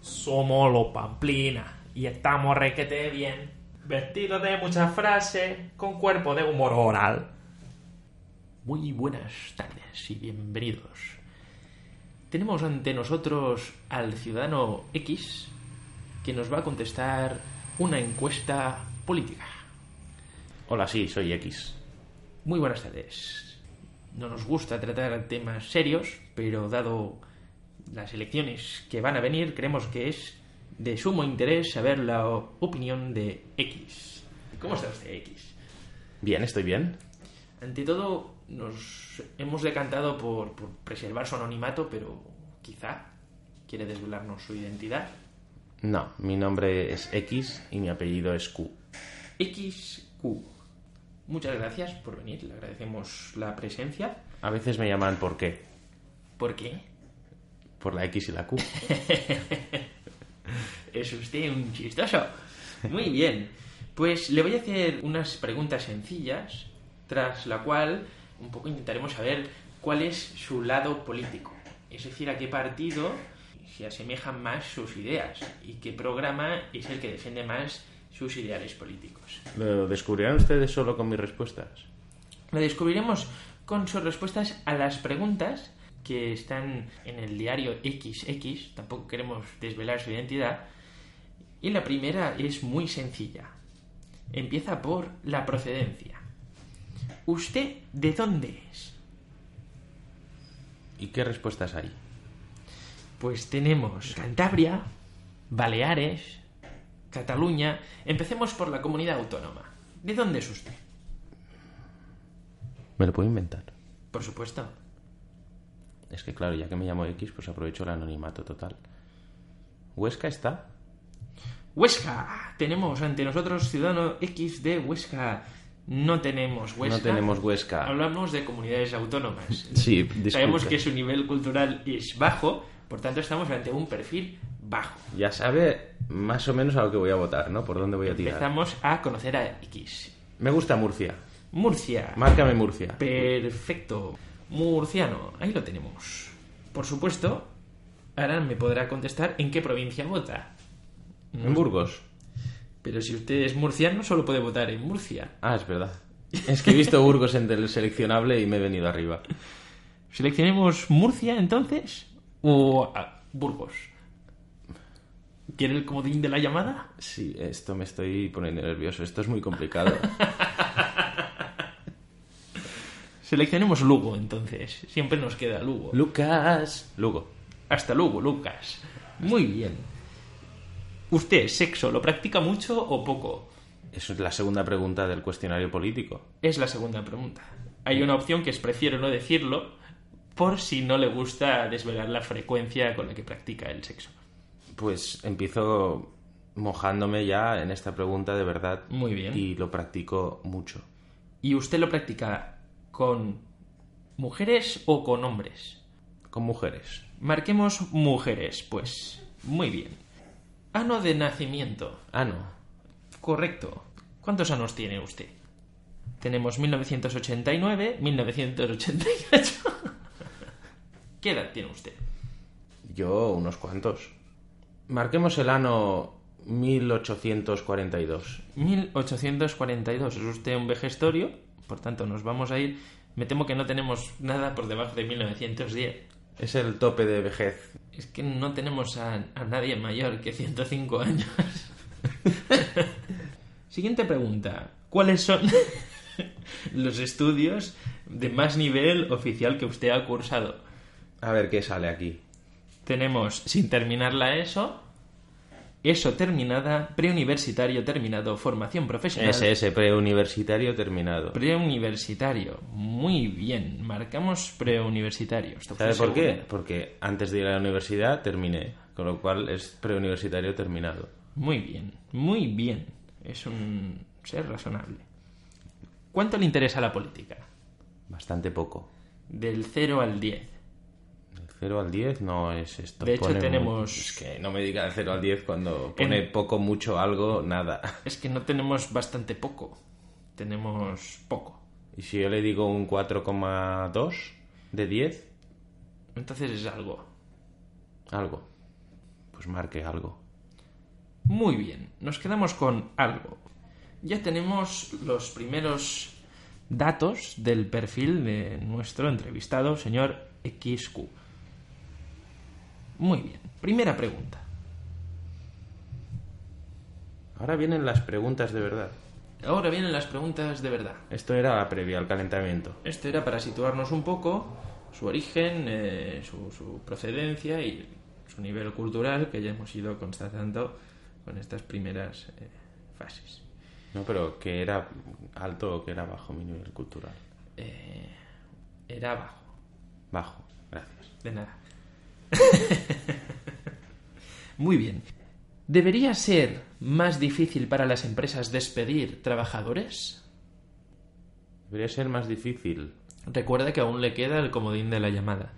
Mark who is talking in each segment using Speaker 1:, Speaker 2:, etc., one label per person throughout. Speaker 1: Somos los Pamplinas y estamos requete bien. Vestidos de muchas frases, con cuerpo de humor oral. Muy buenas tardes y bienvenidos. Tenemos ante nosotros al ciudadano X que nos va a contestar una encuesta política.
Speaker 2: Hola, sí, soy X.
Speaker 1: Muy buenas tardes. No nos gusta tratar temas serios, pero dado las elecciones que van a venir, creemos que es de sumo interés saber la o- opinión de X. ¿Cómo está usted, X?
Speaker 2: Bien, estoy bien.
Speaker 1: Ante todo, nos hemos decantado por, por preservar su anonimato, pero quizá quiere desvelarnos su identidad.
Speaker 2: No, mi nombre es X y mi apellido es Q.
Speaker 1: XQ. Muchas gracias por venir, le agradecemos la presencia.
Speaker 2: A veces me llaman por qué,
Speaker 1: ¿Por qué?
Speaker 2: por la X y la Q.
Speaker 1: Es usted un chistoso. Muy bien. Pues le voy a hacer unas preguntas sencillas, tras la cual un poco intentaremos saber cuál es su lado político. Es decir, a qué partido se asemejan más sus ideas y qué programa es el que defiende más sus ideales políticos.
Speaker 2: ¿Lo descubrirán ustedes solo con mis respuestas?
Speaker 1: Lo descubriremos con sus respuestas a las preguntas que están en el diario XX, tampoco queremos desvelar su identidad. Y la primera es muy sencilla. Empieza por la procedencia. ¿Usted de dónde es?
Speaker 2: ¿Y qué respuestas hay?
Speaker 1: Pues tenemos Cantabria, Baleares, Cataluña. Empecemos por la comunidad autónoma. ¿De dónde es usted?
Speaker 2: Me lo puedo inventar.
Speaker 1: Por supuesto.
Speaker 2: Es que claro, ya que me llamo X, pues aprovecho el anonimato total. ¿Huesca está?
Speaker 1: Huesca. Tenemos ante nosotros Ciudadano X de Huesca. No tenemos Huesca.
Speaker 2: No tenemos Huesca.
Speaker 1: Hablamos de comunidades autónomas.
Speaker 2: Sí, disculpe.
Speaker 1: Sabemos que su nivel cultural es bajo, por tanto estamos ante un perfil bajo.
Speaker 2: Ya sabe más o menos a lo que voy a votar, ¿no? ¿Por dónde voy a tirar?
Speaker 1: Empezamos a conocer a X.
Speaker 2: Me gusta Murcia.
Speaker 1: Murcia.
Speaker 2: Márcame Murcia.
Speaker 1: Perfecto. Murciano. Ahí lo tenemos. Por supuesto, ahora me podrá contestar en qué provincia vota.
Speaker 2: En Burgos.
Speaker 1: Pero si usted es murciano, solo puede votar en Murcia.
Speaker 2: Ah, es verdad. Es que he visto Burgos en el seleccionable y me he venido arriba.
Speaker 1: ¿Seleccionemos Murcia entonces? ¿O ah, Burgos? ¿Quiere el comodín de la llamada?
Speaker 2: Sí, esto me estoy poniendo nervioso. Esto es muy complicado.
Speaker 1: Seleccionemos Lugo entonces. Siempre nos queda Lugo.
Speaker 2: Lucas. Lugo.
Speaker 1: Hasta Lugo, Lucas. Muy bien. ¿Usted sexo lo practica mucho o poco?
Speaker 2: Eso es la segunda pregunta del cuestionario político.
Speaker 1: Es la segunda pregunta. Hay una opción que es prefiero no decirlo por si no le gusta desvelar la frecuencia con la que practica el sexo.
Speaker 2: Pues empiezo mojándome ya en esta pregunta de verdad.
Speaker 1: Muy bien.
Speaker 2: Y lo practico mucho.
Speaker 1: ¿Y usted lo practica con mujeres o con hombres?
Speaker 2: Con mujeres.
Speaker 1: Marquemos mujeres, pues. Muy bien. Ano de nacimiento.
Speaker 2: Ah, no.
Speaker 1: Correcto. ¿Cuántos años tiene usted? Tenemos 1989, 1988. ¿Qué edad tiene usted?
Speaker 2: Yo unos cuantos. Marquemos el ano 1842.
Speaker 1: 1842. Es usted un vejestorio, por tanto nos vamos a ir. Me temo que no tenemos nada por debajo de 1910.
Speaker 2: Es el tope de vejez.
Speaker 1: Es que no tenemos a, a nadie mayor que 105 años. Siguiente pregunta. ¿Cuáles son los estudios de más nivel oficial que usted ha cursado?
Speaker 2: A ver qué sale aquí.
Speaker 1: Tenemos sin terminar la ESO, ESO terminada, preuniversitario terminado, formación profesional.
Speaker 2: SS preuniversitario terminado.
Speaker 1: Preuniversitario. Muy bien. Marcamos preuniversitario. Esto fue
Speaker 2: ¿Sabes por qué?
Speaker 1: segundo.
Speaker 2: Porque antes de ir a la universidad terminé Con lo cual es preuniversitario terminado.
Speaker 1: Muy bien, muy bien. Es un ser razonable. ¿Cuánto le interesa la política?
Speaker 2: Bastante poco.
Speaker 1: Del 0 al 10.
Speaker 2: Del 0 al 10 no es esto.
Speaker 1: De hecho,
Speaker 2: Pone mu-
Speaker 1: tenemos-
Speaker 2: Es que no me diga del 0 al 10 cuando pone poco, mucho, algo, nada.
Speaker 1: Es que no tenemos bastante poco. Tenemos poco.
Speaker 2: Y si yo le digo un 4,2 de 10,
Speaker 1: Entonces es algo.
Speaker 2: algo. Pues marque algo.
Speaker 1: Muy bien, nos quedamos con algo. Ya tenemos los primeros datos del perfil de nuestro entrevistado, señor XQ. Muy bien, primera pregunta.
Speaker 2: Ahora vienen las preguntas de verdad.
Speaker 1: Ahora vienen las preguntas de verdad.
Speaker 2: Esto era la previa al calentamiento.
Speaker 1: Esto Este era para situarnos un poco, su origen, eh, su, su procedencia y su nivel cultural que ya hemos ido constatando con estas primeras eh, fases.
Speaker 2: No, pero que era alto o que era bajo mi nivel cultural.
Speaker 1: Era abajo,
Speaker 2: Bajo, gracias.
Speaker 1: de nada. Muy bien. ¿Debería ser más difícil para las empresas despedir trabajadores?
Speaker 2: Debería ser más difícil.
Speaker 1: Recuerda que aún le queda el comodín de la llamada.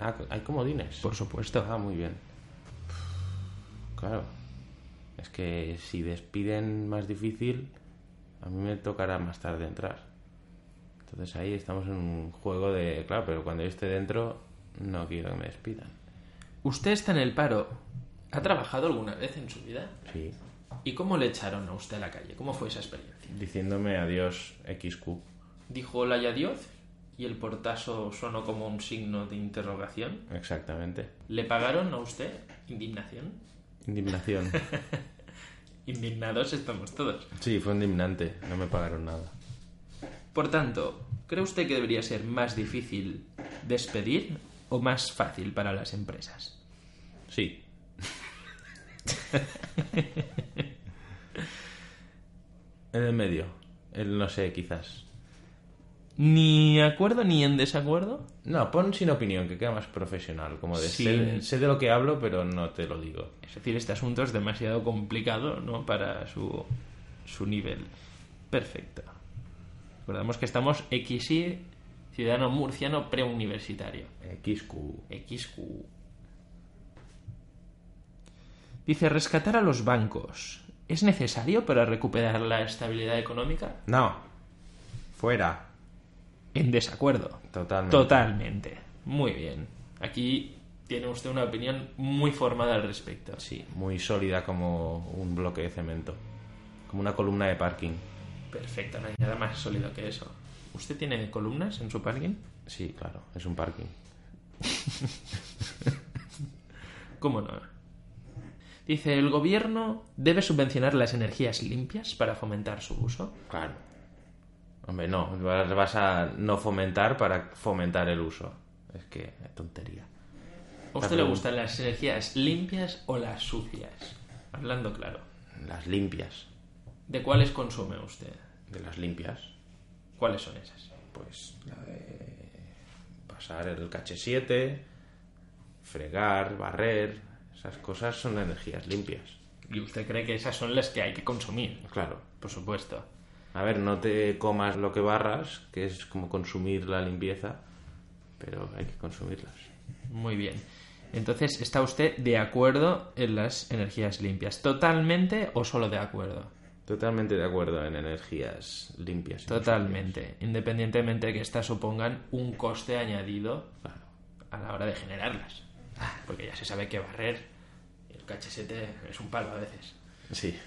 Speaker 2: Ah, hay comodines.
Speaker 1: Por supuesto.
Speaker 2: Ah, muy bien. Claro. Es que si despiden más difícil, a mí me tocará más tarde entrar. Entonces ahí estamos en un juego de... Claro, pero cuando yo esté dentro, no quiero que me despidan.
Speaker 1: Usted está en el paro. ¿Ha trabajado alguna vez en su vida?
Speaker 2: Sí.
Speaker 1: ¿Y cómo le echaron a usted a la calle? ¿Cómo fue esa experiencia?
Speaker 2: Diciéndome adiós, XQ.
Speaker 1: Dijo hola y adiós y el portazo sonó como un signo de interrogación.
Speaker 2: Exactamente.
Speaker 1: ¿Le pagaron a usted indignación?
Speaker 2: Indignación.
Speaker 1: Indignados estamos todos.
Speaker 2: Sí, fue indignante. No me pagaron nada.
Speaker 1: Por tanto, ¿cree usted que debería ser más difícil despedir o más fácil para las empresas?
Speaker 2: Sí. en el medio. El no sé, quizás.
Speaker 1: ¿Ni acuerdo ni en desacuerdo?
Speaker 2: No, pon sin opinión, que queda más profesional. Como de
Speaker 1: Sí.
Speaker 2: sé, sé de lo que hablo, pero no te lo digo.
Speaker 1: Es decir, este asunto es demasiado complicado, ¿no? Para su, su nivel. Perfecto. Recordamos que estamos XI, ciudadano murciano preuniversitario.
Speaker 2: XQ.
Speaker 1: XQ. Dice, rescatar a los bancos. ¿Es necesario para recuperar la estabilidad económica?
Speaker 2: No. Fuera.
Speaker 1: En desacuerdo.
Speaker 2: Totalmente.
Speaker 1: Totalmente. Muy bien. Aquí tiene usted una opinión muy formada al respecto.
Speaker 2: Sí, muy sólida como un bloque de cemento. Como una columna de parking.
Speaker 1: Perfecto, no hay nada más sólido que eso. ¿Usted tiene columnas en su parking?
Speaker 2: Sí, claro, es un parking.
Speaker 1: ¿Cómo no? Dice, el gobierno debe subvencionar las energías limpias para fomentar su uso.
Speaker 2: Claro. Hombre, no, vas vas a no fomentar para fomentar el uso. Es que tontería.
Speaker 1: ¿A usted le gustan las energías limpias o las sucias? Hablando claro.
Speaker 2: Las limpias.
Speaker 1: ¿De cuáles consume usted?
Speaker 2: De las limpias.
Speaker 1: ¿Cuáles son esas?
Speaker 2: Pues la de pasar el cache 7, fregar, barrer, esas cosas son energías limpias.
Speaker 1: ¿Y usted cree que esas son las que hay que consumir?
Speaker 2: Claro.
Speaker 1: Por supuesto.
Speaker 2: A ver, no te comas lo que barras, que es como consumir la limpieza, pero hay que consumirlas.
Speaker 1: Muy bien. Entonces, ¿está usted de acuerdo en las energías limpias? ¿Totalmente o solo de acuerdo?
Speaker 2: Totalmente de acuerdo en energías limpias.
Speaker 1: Totalmente, independientemente de que estas supongan un coste añadido
Speaker 2: Claro.
Speaker 1: a la hora de generarlas. Porque ya se sabe que barrer el cachesete es un palo a veces.
Speaker 2: Sí.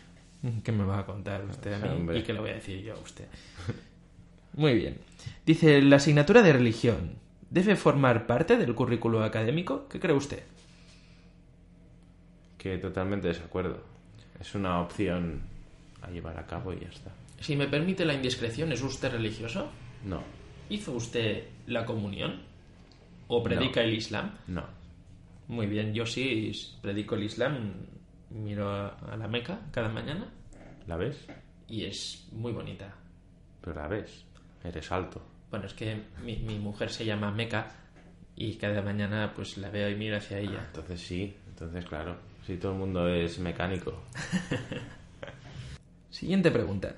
Speaker 1: ¿Qué me va a contar usted a mí?
Speaker 2: Hombre.
Speaker 1: ¿Y qué le voy a decir yo a usted? Muy bien. Dice, la asignatura de religión debe formar parte del currículo académico. ¿Qué cree usted?
Speaker 2: Que totalmente desacuerdo. Es una opción a llevar a cabo y ya está.
Speaker 1: Si me permite la indiscreción, ¿es usted religioso?
Speaker 2: No,
Speaker 1: ¿Hizo usted la comunión? ¿O predica el Islam?
Speaker 2: no.
Speaker 1: Muy bien, yo sí predico el Islam, miro a, a la Meca cada mañana
Speaker 2: ¿La ves?
Speaker 1: y es muy bonita.
Speaker 2: Pero la ves. Eres alto.
Speaker 1: Bueno, es que mi, mi mujer se llama Meca y cada mañana pues la veo y miro hacia ella.
Speaker 2: Entonces sí, Entonces, claro, si todo el mundo es mecánico.
Speaker 1: Siguiente pregunta.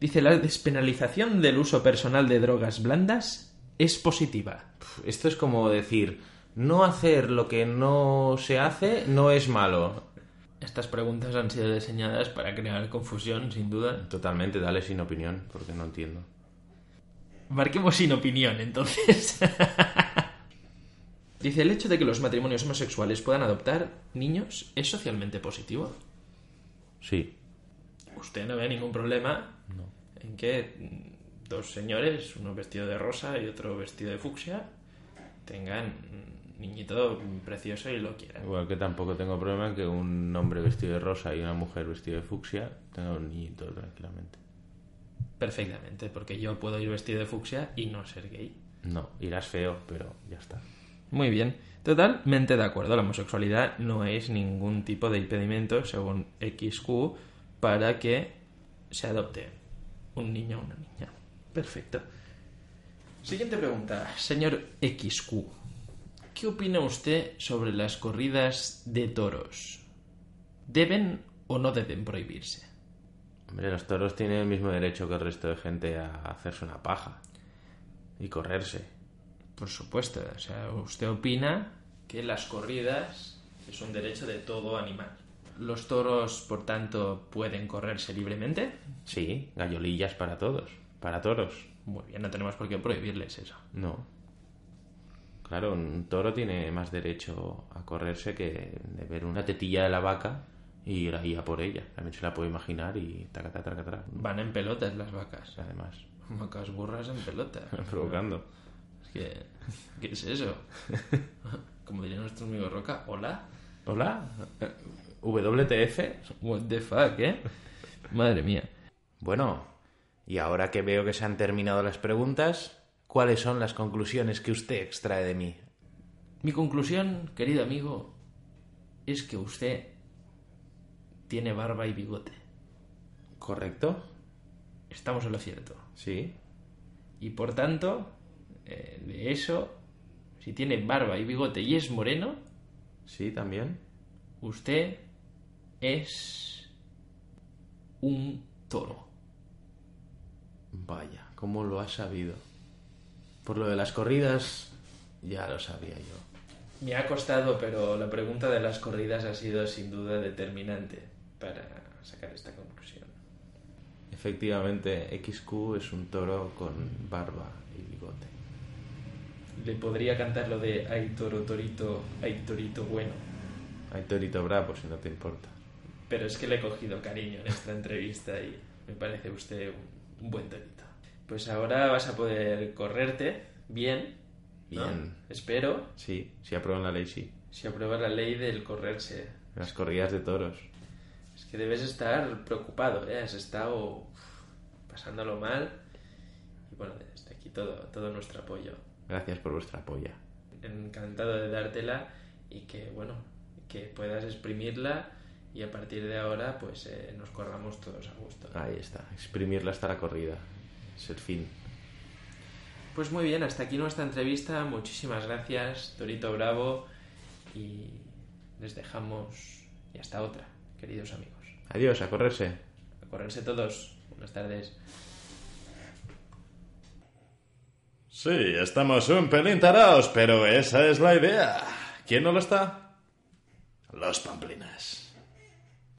Speaker 1: Dice, ¿la despenalización del uso personal de drogas blandas es positiva?
Speaker 2: Pf, Esto es como decir, no hacer lo que no se hace no es malo.
Speaker 1: Estas preguntas han sido diseñadas para crear confusión, sin duda.
Speaker 2: Totalmente, dale sin opinión, porque no entiendo.
Speaker 1: Marquemos sin opinión, entonces. Dice, ¿el hecho de que los matrimonios homosexuales puedan adoptar niños es socialmente positivo?
Speaker 2: Sí,
Speaker 1: Usted no ve ningún problema en que mm, dos señores, uno vestido de rosa y otro vestido de fucsia, tengan un niñito precioso y lo quieran.
Speaker 2: Igual que tampoco tengo problema en que un hombre vestido de rosa y una mujer vestida de fucsia tenga un niñito tranquilamente.
Speaker 1: Perfectamente, porque yo puedo ir vestido de fucsia y no ser gay.
Speaker 2: No, irás feo, pero ya está.
Speaker 1: Muy bien. Totalmente de acuerdo, la homosexualidad no es ningún tipo de impedimento, según XQ, para que se adopte un niño o una niña. Perfecto. Siguiente pregunta. Señor XQ, ¿qué opina usted sobre las corridas de toros? ¿Deben o no deben prohibirse?
Speaker 2: Hombre, los toros tienen el mismo derecho que el resto de gente a hacerse una paja y correrse.
Speaker 1: Por supuesto, o sea, usted opina que las corridas es un derecho de todo animal. Los toros, por tanto, pueden correrse libremente.
Speaker 2: Sí, gallolillas para todos, para toros.
Speaker 1: Muy bien, no tenemos por qué prohibirles eso.
Speaker 2: No. Claro, un toro tiene más derecho a correrse que de ver una tetilla de la vaca y ir ahí a por ella. También se la puede imaginar y tacatá, tacatá.
Speaker 1: Van en pelotas las vacas.
Speaker 2: Además,
Speaker 1: Vacas burras en pelota.
Speaker 2: provocando.
Speaker 1: Es que, ¿Qué es eso? Como diría nuestro amigo Roca, hola.
Speaker 2: Hola, eh, WTF.
Speaker 1: What the fuck, ¿eh? Madre mía.
Speaker 2: Bueno, y ahora que veo que se han terminado las preguntas, ¿cuáles son las conclusiones que usted extrae de mí?
Speaker 1: Mi conclusión, querido amigo, es que usted tiene barba y bigote.
Speaker 2: ¿Correcto?
Speaker 1: Estamos en lo cierto.
Speaker 2: Sí.
Speaker 1: Y por tanto, eh, de eso, si tiene barba y bigote y es moreno,
Speaker 2: Sí, también.
Speaker 1: usted es un toro.
Speaker 2: Vaya, ¿cómo lo has sabido? Por lo de las corridas, ya lo sabía yo.
Speaker 1: Me ha costado, pero la pregunta de las corridas ha sido sin duda determinante para sacar esta conclusión.
Speaker 2: Efectivamente, XQ es un toro con barba y bigote.
Speaker 1: Le podría cantar lo de ay toro torito, ay torito bueno,
Speaker 2: Hay torito bravo, si no te importa.
Speaker 1: pero es que le he cogido cariño en esta entrevista y me parece usted un, un buen torito. Pues ahora vas a poder correrte bien. ¿no?
Speaker 2: Bien.
Speaker 1: Espero,
Speaker 2: Sí, si aprueban la ley, sí.
Speaker 1: si aprueba la ley del correrse.
Speaker 2: Las corridas de toros.
Speaker 1: Es que debes estar preocupado, ¿eh? Has estado uf, pasándolo mal. Y bueno, desde aquí todo, todo nuestro apoyo.
Speaker 2: Gracias por vuestra polla.
Speaker 1: Encantado de dártela y que, bueno, que puedas exprimirla y a partir de ahora, pues eh, nos corramos todos a gusto.
Speaker 2: Ahí está, exprimirla hasta la corrida. Es el fin.
Speaker 1: Pues muy bien, hasta aquí nuestra entrevista. Muchísimas gracias, Torito Bravo. Y les dejamos y hasta otra, queridos amigos.
Speaker 2: Adiós, a correrse.
Speaker 1: A correrse todos. Buenas tardes.
Speaker 3: Sí, estamos un pelín taraos, pero esa es la idea. ¿Quién no lo está? Los pamplinas.